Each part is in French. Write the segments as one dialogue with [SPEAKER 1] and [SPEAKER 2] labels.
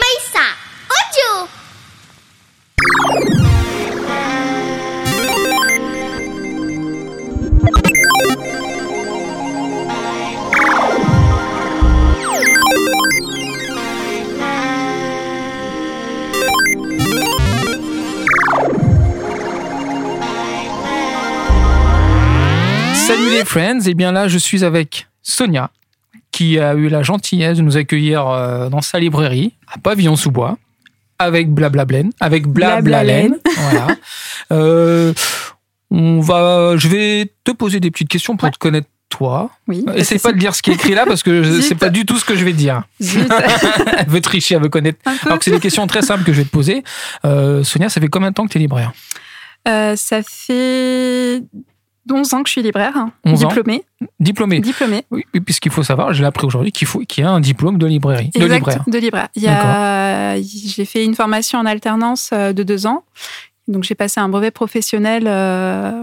[SPEAKER 1] Maïssa Audio
[SPEAKER 2] Salut les friends, et bien là je suis avec Sonia qui a eu la gentillesse de nous accueillir euh, dans sa librairie à Pavillon-sous-Bois avec Blablablen, avec Blablalen.
[SPEAKER 3] Blablalen.
[SPEAKER 2] voilà. Euh, on va, je vais te poser des petites questions pour te connaître toi.
[SPEAKER 3] Oui. bah,
[SPEAKER 2] Essaye pas de dire ce qui est écrit là parce que
[SPEAKER 3] Zut.
[SPEAKER 2] c'est pas du tout ce que je vais dire.
[SPEAKER 3] Zut.
[SPEAKER 2] Elle veut tricher, elle veut connaître.
[SPEAKER 3] Un peu.
[SPEAKER 2] Alors que c'est des questions très simples que je vais te poser. Euh, Sonia, ça fait combien de temps que tu es libraire
[SPEAKER 3] Euh, ça fait 11 ans que je suis libraire, hein.
[SPEAKER 2] 11 ans.
[SPEAKER 3] diplômée,
[SPEAKER 2] Diplômée.
[SPEAKER 3] diplômée.
[SPEAKER 2] Oui, oui, puisqu'il faut savoir, je l'ai appris aujourd'hui, qu'il faut qu'il y a un diplôme de librairie, de
[SPEAKER 3] Exact,
[SPEAKER 2] libraire.
[SPEAKER 3] de libraire. Il y a- J'ai fait une formation en alternance euh, de deux ans. Donc j'ai passé un brevet professionnel euh,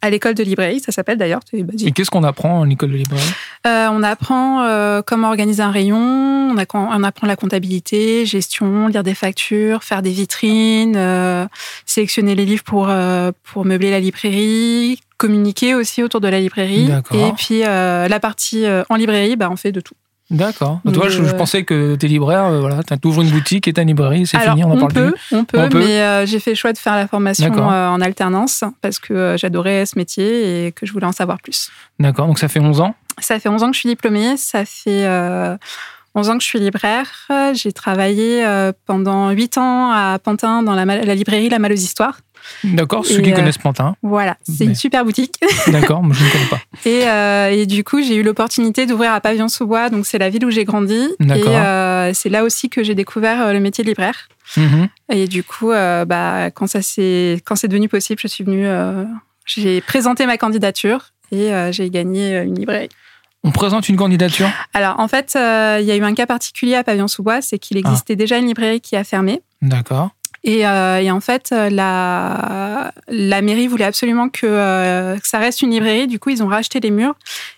[SPEAKER 3] à l'école de librairie, ça s'appelle d'ailleurs. c'est
[SPEAKER 2] Et
[SPEAKER 3] basique.
[SPEAKER 2] qu'est-ce qu'on apprend en école de librairie
[SPEAKER 3] Euh, on apprend euh, comment organiser un rayon, on, a- on apprend la comptabilité, gestion, lire des factures, faire des vitrines, euh, sélectionner les livres pour, euh, pour meubler la librairie, communiquer aussi autour de la librairie.
[SPEAKER 2] D'accord.
[SPEAKER 3] Et puis euh, la partie euh, en librairie, bah, on fait de tout.
[SPEAKER 2] D'accord. Donc, Bah, Toi, je,
[SPEAKER 3] Euh,
[SPEAKER 2] je pensais que t'es libraire, euh, voilà, t'as- t'ouvres une boutique et t'as une librairie, c'est
[SPEAKER 3] Alors
[SPEAKER 2] fini, on en
[SPEAKER 3] on,
[SPEAKER 2] parle
[SPEAKER 3] peut,
[SPEAKER 2] plus.
[SPEAKER 3] on peut,
[SPEAKER 2] On peut.
[SPEAKER 3] mais euh, j'ai fait le choix de faire la formation
[SPEAKER 2] D'accord.
[SPEAKER 3] euh, en alternance parce que euh, j'adorais ce métier et que je voulais en savoir plus.
[SPEAKER 2] D'accord, donc ça fait 11 ans.
[SPEAKER 3] Ça fait 11 ans que je suis diplômée, ça fait euh, 11 ans que je suis libraire. J'ai travaillé euh, pendant 8 ans à Pantin dans la, ma- la librairie La Malheureuse Histoire.
[SPEAKER 2] D'accord, ceux
[SPEAKER 3] Et,
[SPEAKER 2] qui
[SPEAKER 3] euh,
[SPEAKER 2] connaissent Pantin.
[SPEAKER 3] Voilà, c'est
[SPEAKER 2] Mais-
[SPEAKER 3] une super boutique.
[SPEAKER 2] D'accord, moi, je ne connais pas.
[SPEAKER 3] Et, euh, et du coup, j'ai eu l'opportunité d'ouvrir à Pavillon-sous-Bois, donc c'est la ville où j'ai grandi. Et
[SPEAKER 2] D'accord.
[SPEAKER 3] euh, c'est là aussi que j'ai découvert euh, le métier de libraire.
[SPEAKER 2] Mhm.
[SPEAKER 3] Et du coup, euh, bah, quand ça s'est- quand c'est devenu possible, je suis venue, euh, j'ai présenté ma candidature et euh, j'ai gagné euh, une librairie.
[SPEAKER 2] On présente une candidature.
[SPEAKER 3] Alors, en fait, euh, il y a eu un cas particulier à Pavillon-sous-Bois, c'est qu'il existait déjà une librairie qui a fermé.
[SPEAKER 2] D'accord.
[SPEAKER 3] Et, euh, et en fait, euh, la, la mairie voulait absolument que, euh, que ça reste une librairie. Du coup, ils ont racheté les murs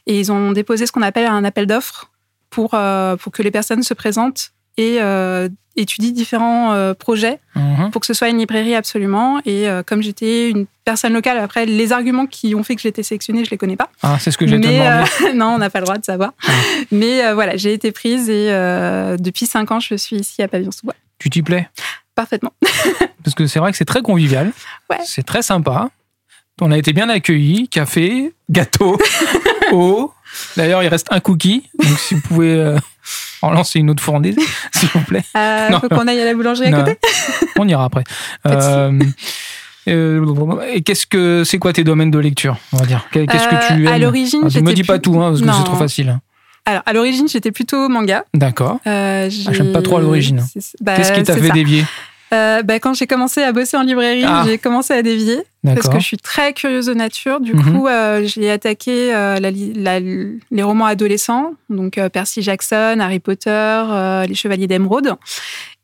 [SPEAKER 3] et ils ont déposé ce qu'on appelle un appel d'offres pour, euh, pour que les personnes se présentent et euh, étudient différents euh, projets
[SPEAKER 2] Mhm.
[SPEAKER 3] pour que ce soit une librairie absolument. Et euh, comme j'étais une personne locale, après, les arguments qui ont fait que j'ai été sélectionnée, je les connais pas.
[SPEAKER 2] Ah, c'est ce que j'ai te
[SPEAKER 3] Mais,
[SPEAKER 2] demandé.
[SPEAKER 3] euh, non, on n'a pas le droit de savoir.
[SPEAKER 2] Ah.
[SPEAKER 3] Mais euh, voilà, j'ai été prise et euh, depuis 5 ans, je suis ici à Pavillon-sous-Bois.
[SPEAKER 2] Tu t'y plais
[SPEAKER 3] Parfaitement.
[SPEAKER 2] Parce que c'est vrai que c'est très convivial.
[SPEAKER 3] Ouais.
[SPEAKER 2] C'est très sympa. On a été bien accueillis. Café, gâteau, eau. D'ailleurs, il reste un cookie. Donc, si vous pouvez euh, en lancer une autre fournaise, s'il vous plaît.
[SPEAKER 3] Euh,
[SPEAKER 2] Non.
[SPEAKER 3] faut qu'on aille à la boulangerie à
[SPEAKER 2] Non,
[SPEAKER 3] côté.
[SPEAKER 2] On ira après. Euh, euh, et qu'est-ce que c'est quoi tes domaines de lecture On va dire. Qu'est- Qu'est-ce que
[SPEAKER 3] Euh,
[SPEAKER 2] tu aimes
[SPEAKER 3] À l'origine,
[SPEAKER 2] Ah, tu
[SPEAKER 3] j'étais.
[SPEAKER 2] me dis pas
[SPEAKER 3] plus-
[SPEAKER 2] tout, hein, parce que
[SPEAKER 3] Non.
[SPEAKER 2] c'est trop facile.
[SPEAKER 3] Alors, à l'origine, j'étais plutôt manga.
[SPEAKER 2] D'accord.
[SPEAKER 3] Euh, j'ai-
[SPEAKER 2] Ah, j'aime pas trop à l'origine.
[SPEAKER 3] C'est- bah,
[SPEAKER 2] Qu'est-ce qui t'a
[SPEAKER 3] c'est
[SPEAKER 2] fait
[SPEAKER 3] ça.
[SPEAKER 2] dévier
[SPEAKER 3] Euh, bah, Quand j'ai commencé à bosser en librairie,
[SPEAKER 2] Ah.
[SPEAKER 3] j'ai commencé à dévier parce
[SPEAKER 2] D'accord.
[SPEAKER 3] que je suis très curieuse de nature. Du
[SPEAKER 2] Mhm.
[SPEAKER 3] coup, euh, j'ai attaqué euh, la li- la- les romans adolescents, donc euh, Percy Jackson, Harry Potter, euh, Les Chevaliers d'Émeraude.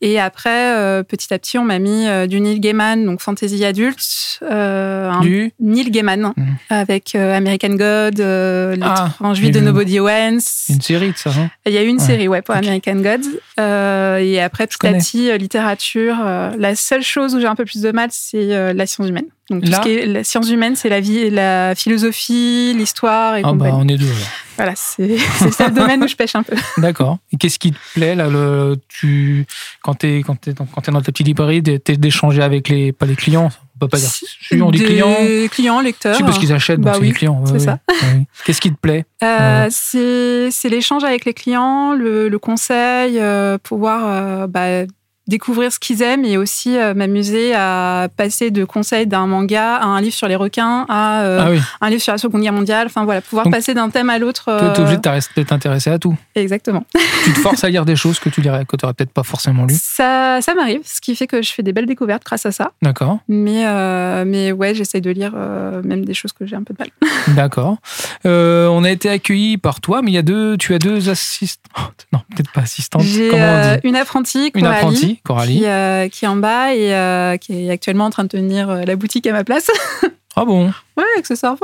[SPEAKER 3] Et après, euh, petit à petit, on m'a mis euh, du Neil Gaiman, donc fantasy adulte, euh, un
[SPEAKER 2] Du-
[SPEAKER 3] Neil Gaiman
[SPEAKER 2] Mhm.
[SPEAKER 3] avec euh, American God, euh,
[SPEAKER 2] Ah,
[SPEAKER 3] L'étrange
[SPEAKER 2] j'ai
[SPEAKER 3] vie de
[SPEAKER 2] vu.
[SPEAKER 3] Nobody Owens.
[SPEAKER 2] une série de ça. hein
[SPEAKER 3] Il y a eu une
[SPEAKER 2] Ouais.
[SPEAKER 3] série, ouais, pour
[SPEAKER 2] Ok.
[SPEAKER 3] American Gods. Euh, et après, petit à
[SPEAKER 2] connais.
[SPEAKER 3] petit, euh, littérature. euh, la seule chose où j'ai un peu plus de mal, c'est euh, la science humaine. Donc, tout
[SPEAKER 2] Là
[SPEAKER 3] ce qui est la science humaine, c'est la vie, la philosophie, l'histoire et
[SPEAKER 2] Ah bah
[SPEAKER 3] compagnie.
[SPEAKER 2] on est deux. alors.
[SPEAKER 3] Voilà, c'est c'est le seul domaine où je pêche un peu.
[SPEAKER 2] D'accord. Et qu'est-ce qui te plaît là le, tu, Quand t'es quand t'es dans- quand t'es dans ta petite librairie, d'é- t'es- d'échanger avec les pas les clients. On peut pas dire. Si, on dit
[SPEAKER 3] Des
[SPEAKER 2] clients.
[SPEAKER 3] clients, lecteurs.
[SPEAKER 2] Si, parce qu'ils achètent, donc
[SPEAKER 3] Bah
[SPEAKER 2] c'est
[SPEAKER 3] oui,
[SPEAKER 2] des clients.
[SPEAKER 3] c'est
[SPEAKER 2] oui,
[SPEAKER 3] ça.
[SPEAKER 2] oui, oui. Qu'est-ce qui te plaît
[SPEAKER 3] Euh, c'est c'est l'échange avec les clients, le, le conseil, euh, pouvoir euh, bah, découvrir ce qu'ils aiment et aussi euh, m'amuser à passer de conseils d'un manga à un livre sur les requins à euh,
[SPEAKER 2] Ah oui,
[SPEAKER 3] un livre sur la Seconde Guerre mondiale. Enfin voilà, pouvoir
[SPEAKER 2] Donc,
[SPEAKER 3] passer d'un thème à l'autre.
[SPEAKER 2] toi, t'es
[SPEAKER 3] euh,
[SPEAKER 2] obligé de t'arrêter- de t'intéresser à tout.
[SPEAKER 3] Exactement.
[SPEAKER 2] tu te forces à lire des choses que tu lirais, que t'aurais peut-être pas forcément lu.
[SPEAKER 3] Ça, ça m'arrive, ce qui fait que je fais des belles découvertes grâce à ça.
[SPEAKER 2] D'accord.
[SPEAKER 3] Mais, euh, mais ouais, j'essaye de lire euh, même des choses que j'ai un peu de mal.
[SPEAKER 2] D'accord. Euh, on a été accueillis par toi, mais il y a deux, tu as deux assistantes. non, peut-être pas assistantes.
[SPEAKER 3] J'ai
[SPEAKER 2] Comment on
[SPEAKER 3] euh,
[SPEAKER 2] dit
[SPEAKER 3] une apprentie,
[SPEAKER 2] Une
[SPEAKER 3] Coralie,
[SPEAKER 2] apprentie, Coralie.
[SPEAKER 3] Qui, euh, qui est en bas et euh, qui est actuellement en train de tenir euh, la boutique à ma place.
[SPEAKER 2] Ah Ah bon
[SPEAKER 3] Ouais, accessoire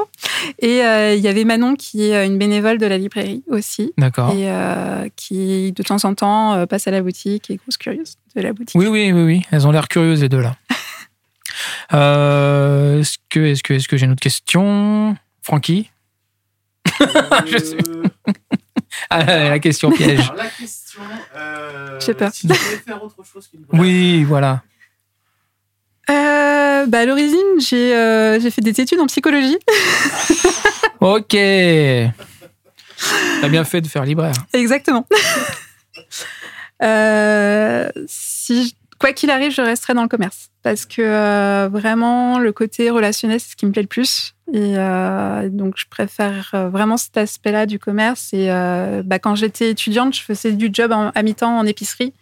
[SPEAKER 3] Et euh, il y avait Manon qui est euh, une bénévole de la librairie aussi.
[SPEAKER 2] D'accord.
[SPEAKER 3] Et euh, qui, de temps en temps, euh, passe à la boutique et est grosse curieuse de la boutique.
[SPEAKER 2] Oui, oui, oui, oui. Elles ont l'air curieuses, les deux là. Euh, est-ce que, est-ce que, est-ce que j'ai une autre question Francky Je sais. Ah, la question piège.
[SPEAKER 4] Alors, la question. Euh,
[SPEAKER 3] J'ai peur.
[SPEAKER 4] Si tu pouvais faire autre chose qu'une blague.
[SPEAKER 2] Oui, voilà.
[SPEAKER 3] Euh, bah, à l'origine, j'ai euh, j'ai fait des études en psychologie.
[SPEAKER 2] Ok. T'as bien fait de faire libraire.
[SPEAKER 3] Exactement. Euh, si je- quoi qu'il arrive, je resterai dans le commerce parce que euh, vraiment le côté relationnel, c'est ce qui me plaît le plus. Et euh, donc, je préfère euh, vraiment cet aspect-là du commerce. Et euh, bah, quand j'étais étudiante, je faisais du job en- à mi-temps en épicerie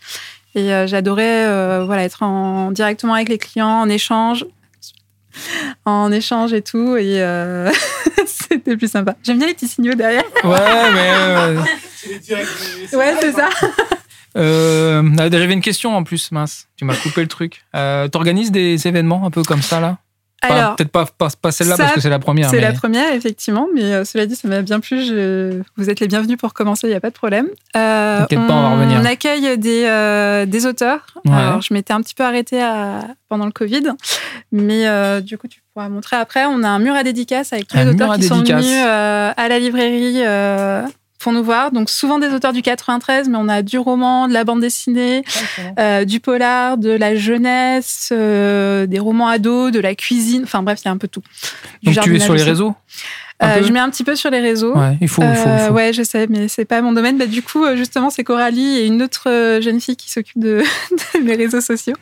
[SPEAKER 3] et euh, j'adorais euh, voilà être en, directement avec les clients, en échange, en échange et tout. Et euh, c'était plus sympa. J'aime bien les petits signaux derrière.
[SPEAKER 2] Ouais, mais. euh,
[SPEAKER 4] Tu les dirais que c'est
[SPEAKER 3] Ouais,
[SPEAKER 4] pas
[SPEAKER 3] c'est ça.
[SPEAKER 2] euh, ah, j'avais une question en plus, mince. Tu m'as coupé le truc. Euh, T'organises des événements un peu comme ça là Enfin,
[SPEAKER 3] Alors.
[SPEAKER 2] Peut-être pas, pas, pas celle-là
[SPEAKER 3] ça,
[SPEAKER 2] parce que c'est la première.
[SPEAKER 3] C'est
[SPEAKER 2] mais-
[SPEAKER 3] la première, effectivement, mais euh, cela dit, ça m'a bien plu. Je- Vous êtes les bienvenus pour commencer, il n'y a pas de problème. Euh,
[SPEAKER 2] T'inquiète pas, on va revenir.
[SPEAKER 3] on accueille des, euh, des auteurs.
[SPEAKER 2] Ouais.
[SPEAKER 3] Alors, je m'étais un petit peu arrêtée à- pendant le Covid, mais euh, du coup, tu pourras montrer après. On a un mur à dédicace avec tous
[SPEAKER 2] Un
[SPEAKER 3] les
[SPEAKER 2] mur
[SPEAKER 3] auteurs
[SPEAKER 2] à
[SPEAKER 3] qui sont
[SPEAKER 2] dédicace.
[SPEAKER 3] venus euh, à la librairie euh, pour nous voir. Donc, souvent des auteurs du 93, mais on a du roman, de la bande dessinée, euh, du polar, de la jeunesse, euh, des romans ados, de la cuisine, enfin bref, il y a un peu tout.
[SPEAKER 2] Donc tu es
[SPEAKER 3] Du jardinage
[SPEAKER 2] sur les
[SPEAKER 3] aussi.
[SPEAKER 2] réseaux un
[SPEAKER 3] Euh,
[SPEAKER 2] peu
[SPEAKER 3] Je mets un petit peu sur les réseaux.
[SPEAKER 2] Ouais, il faut. il faut, il
[SPEAKER 3] Euh,
[SPEAKER 2] faut.
[SPEAKER 3] ouais, je sais, mais c'est pas mon domaine. Bah, du coup, euh, justement, c'est Coralie et une autre euh, jeune fille qui s'occupe de, de mes réseaux sociaux.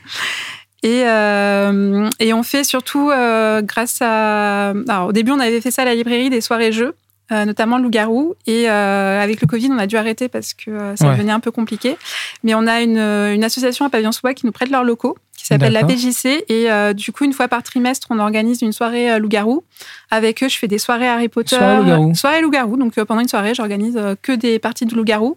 [SPEAKER 3] Et, euh, et on fait surtout, euh, grâce à. Alors, au début, on avait fait ça à la librairie, des soirées-jeux, euh, notamment Loup-Garou. Et euh, avec le Covid, on a dû arrêter parce que euh, ça
[SPEAKER 2] Ouais.
[SPEAKER 3] devenait un peu compliqué. Mais on a une, euh, une association à pavillon sous qui nous prête leurs locaux, qui s'appelle la
[SPEAKER 2] D'accord.
[SPEAKER 3] PJC. Et euh, du coup, une fois par trimestre, on organise une soirée euh, Loup-Garou. Avec eux, je fais des soirées Harry Potter.
[SPEAKER 2] Soirée loup-garou.
[SPEAKER 3] Soirée loup-garou. Donc euh, pendant une soirée, j'organise euh, que des parties de loup-garou.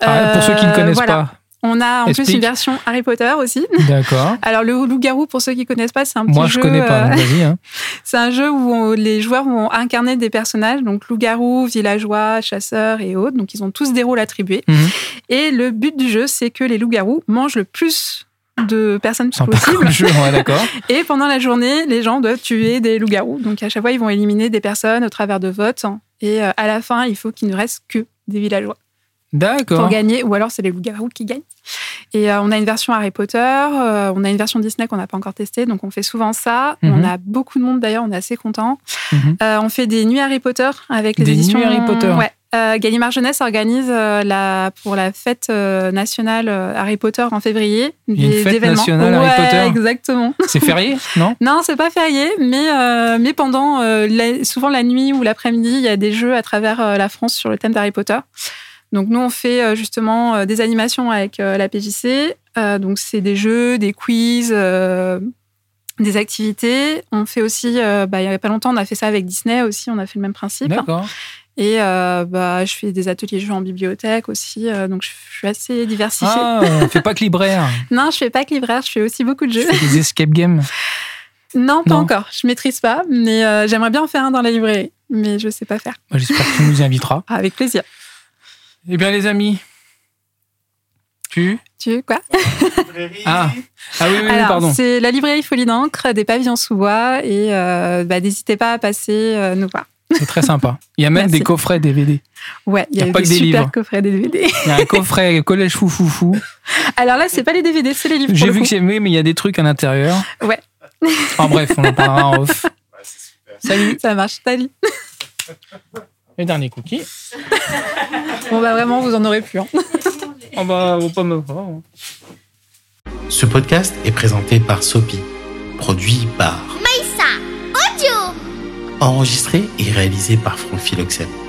[SPEAKER 2] Ah, pour ceux qui ne
[SPEAKER 3] euh,
[SPEAKER 2] connaissent
[SPEAKER 3] voilà. On a en plus
[SPEAKER 2] Explique.
[SPEAKER 3] une version Harry Potter aussi.
[SPEAKER 2] pas. D'accord.
[SPEAKER 3] Alors le loup-garou, pour ceux qui connaissent pas, c'est un petit
[SPEAKER 2] Moi, je
[SPEAKER 3] jeu.
[SPEAKER 2] connais pas.
[SPEAKER 3] euh,
[SPEAKER 2] donc Vas-y. hein.
[SPEAKER 3] c'est un jeu où on- les joueurs vont incarner des personnages, donc loup-garou, villageois, chasseurs et autres. Donc ils ont tous des rôles attribués.
[SPEAKER 2] Mhm.
[SPEAKER 3] Et le but du jeu, c'est que les loups-garous mangent le plus de personnes
[SPEAKER 2] Sympa
[SPEAKER 3] possible.
[SPEAKER 2] comme jeu, ouais, d'accord.
[SPEAKER 3] Et pendant la journée, les gens doivent tuer des loups-garous. Donc à chaque fois, ils vont éliminer des personnes au travers de votes. Et euh, à la fin, il faut qu'il ne reste que des villageois pour
[SPEAKER 2] D'accord.
[SPEAKER 3] gagner. Ou alors, c'est les loups-garous qui gagnent. Et euh, on a une version Harry Potter, euh, on a une version Disney qu'on n'a pas encore testée. Donc on fait souvent ça.
[SPEAKER 2] Mhm.
[SPEAKER 3] On a beaucoup de monde d'ailleurs, on est assez contents.
[SPEAKER 2] Mhm.
[SPEAKER 3] Euh, on fait des nuits Harry Potter avec les
[SPEAKER 2] Des
[SPEAKER 3] éditions
[SPEAKER 2] nuits Harry Potter.
[SPEAKER 3] Ouais. Euh, Gallimard Jeunesse organise euh, la, pour la fête euh, nationale euh, Harry Potter en février.
[SPEAKER 2] y a une
[SPEAKER 3] des
[SPEAKER 2] fête
[SPEAKER 3] événements.
[SPEAKER 2] nationale Harry
[SPEAKER 3] Ouais,
[SPEAKER 2] Potter
[SPEAKER 3] Exactement.
[SPEAKER 2] C'est férié, non
[SPEAKER 3] Non, c'est pas férié, mais, euh, mais pendant euh, la- souvent la nuit ou l'après-midi, il y a des jeux à travers euh, la France sur le thème d'Harry Potter. Donc nous, on fait euh, justement euh, des animations avec euh, la PJC. Euh, donc c'est des jeux, des quiz, euh, des activités. On fait aussi, euh, bah, il y a pas longtemps, on a fait ça avec Disney aussi, on a fait le même principe.
[SPEAKER 2] D'accord.
[SPEAKER 3] Et euh, bah, je fais des ateliers jeux en bibliothèque aussi, euh, donc je suis assez diversifiée.
[SPEAKER 2] Ah, euh, fais pas que libraire.
[SPEAKER 3] Non, je fais pas que libraire, je fais aussi beaucoup de
[SPEAKER 2] Tu
[SPEAKER 3] jeux.
[SPEAKER 2] fais des escape games.
[SPEAKER 3] Non, pas
[SPEAKER 2] Non.
[SPEAKER 3] encore. Je maîtrise pas, mais euh, j'aimerais bien en faire un dans la librairie. Mais je sais pas faire.
[SPEAKER 2] Bah, J'espère que tu nous y inviteras.
[SPEAKER 3] Ah, avec plaisir.
[SPEAKER 2] Eh bien, les amis. Tu
[SPEAKER 3] Tu veux quoi
[SPEAKER 4] la librairie.
[SPEAKER 2] Ah. Ah oui, oui, oui, pardon.
[SPEAKER 3] Alors, c'est la librairie Folie d'encre, des pavillons sous bois, et euh, bah, n'hésitez pas à passer euh, nous voir.
[SPEAKER 2] C'est très sympa. Il y a même
[SPEAKER 3] Merci.
[SPEAKER 2] des coffrets DVD.
[SPEAKER 3] Ouais, il y,
[SPEAKER 2] Y a
[SPEAKER 3] a, eu
[SPEAKER 2] pas
[SPEAKER 3] des
[SPEAKER 2] que des
[SPEAKER 3] super
[SPEAKER 2] livres.
[SPEAKER 3] coffrets des DVD.
[SPEAKER 2] Il y a un coffret collège foufoufou.
[SPEAKER 3] Alors là, c'est pas les DVD, c'est les livres. pour
[SPEAKER 2] J'ai
[SPEAKER 3] le
[SPEAKER 2] vu
[SPEAKER 3] coup.
[SPEAKER 2] que c'est oui, mais il y a des trucs à l'intérieur.
[SPEAKER 3] Ouais.
[SPEAKER 2] En bref, on en parlera en off.
[SPEAKER 4] Bah, c'est super.
[SPEAKER 2] Salut.
[SPEAKER 3] ça marche. Salut.
[SPEAKER 2] Les derniers cookies.
[SPEAKER 3] Bon bah vraiment, vous en aurez plus. hein.
[SPEAKER 2] On va aux pommes. Oh.
[SPEAKER 5] Ce podcast est présenté par Sopi, produit par,
[SPEAKER 1] Maïssa, Audio.
[SPEAKER 5] enregistré et réalisé par Franck Philoxène.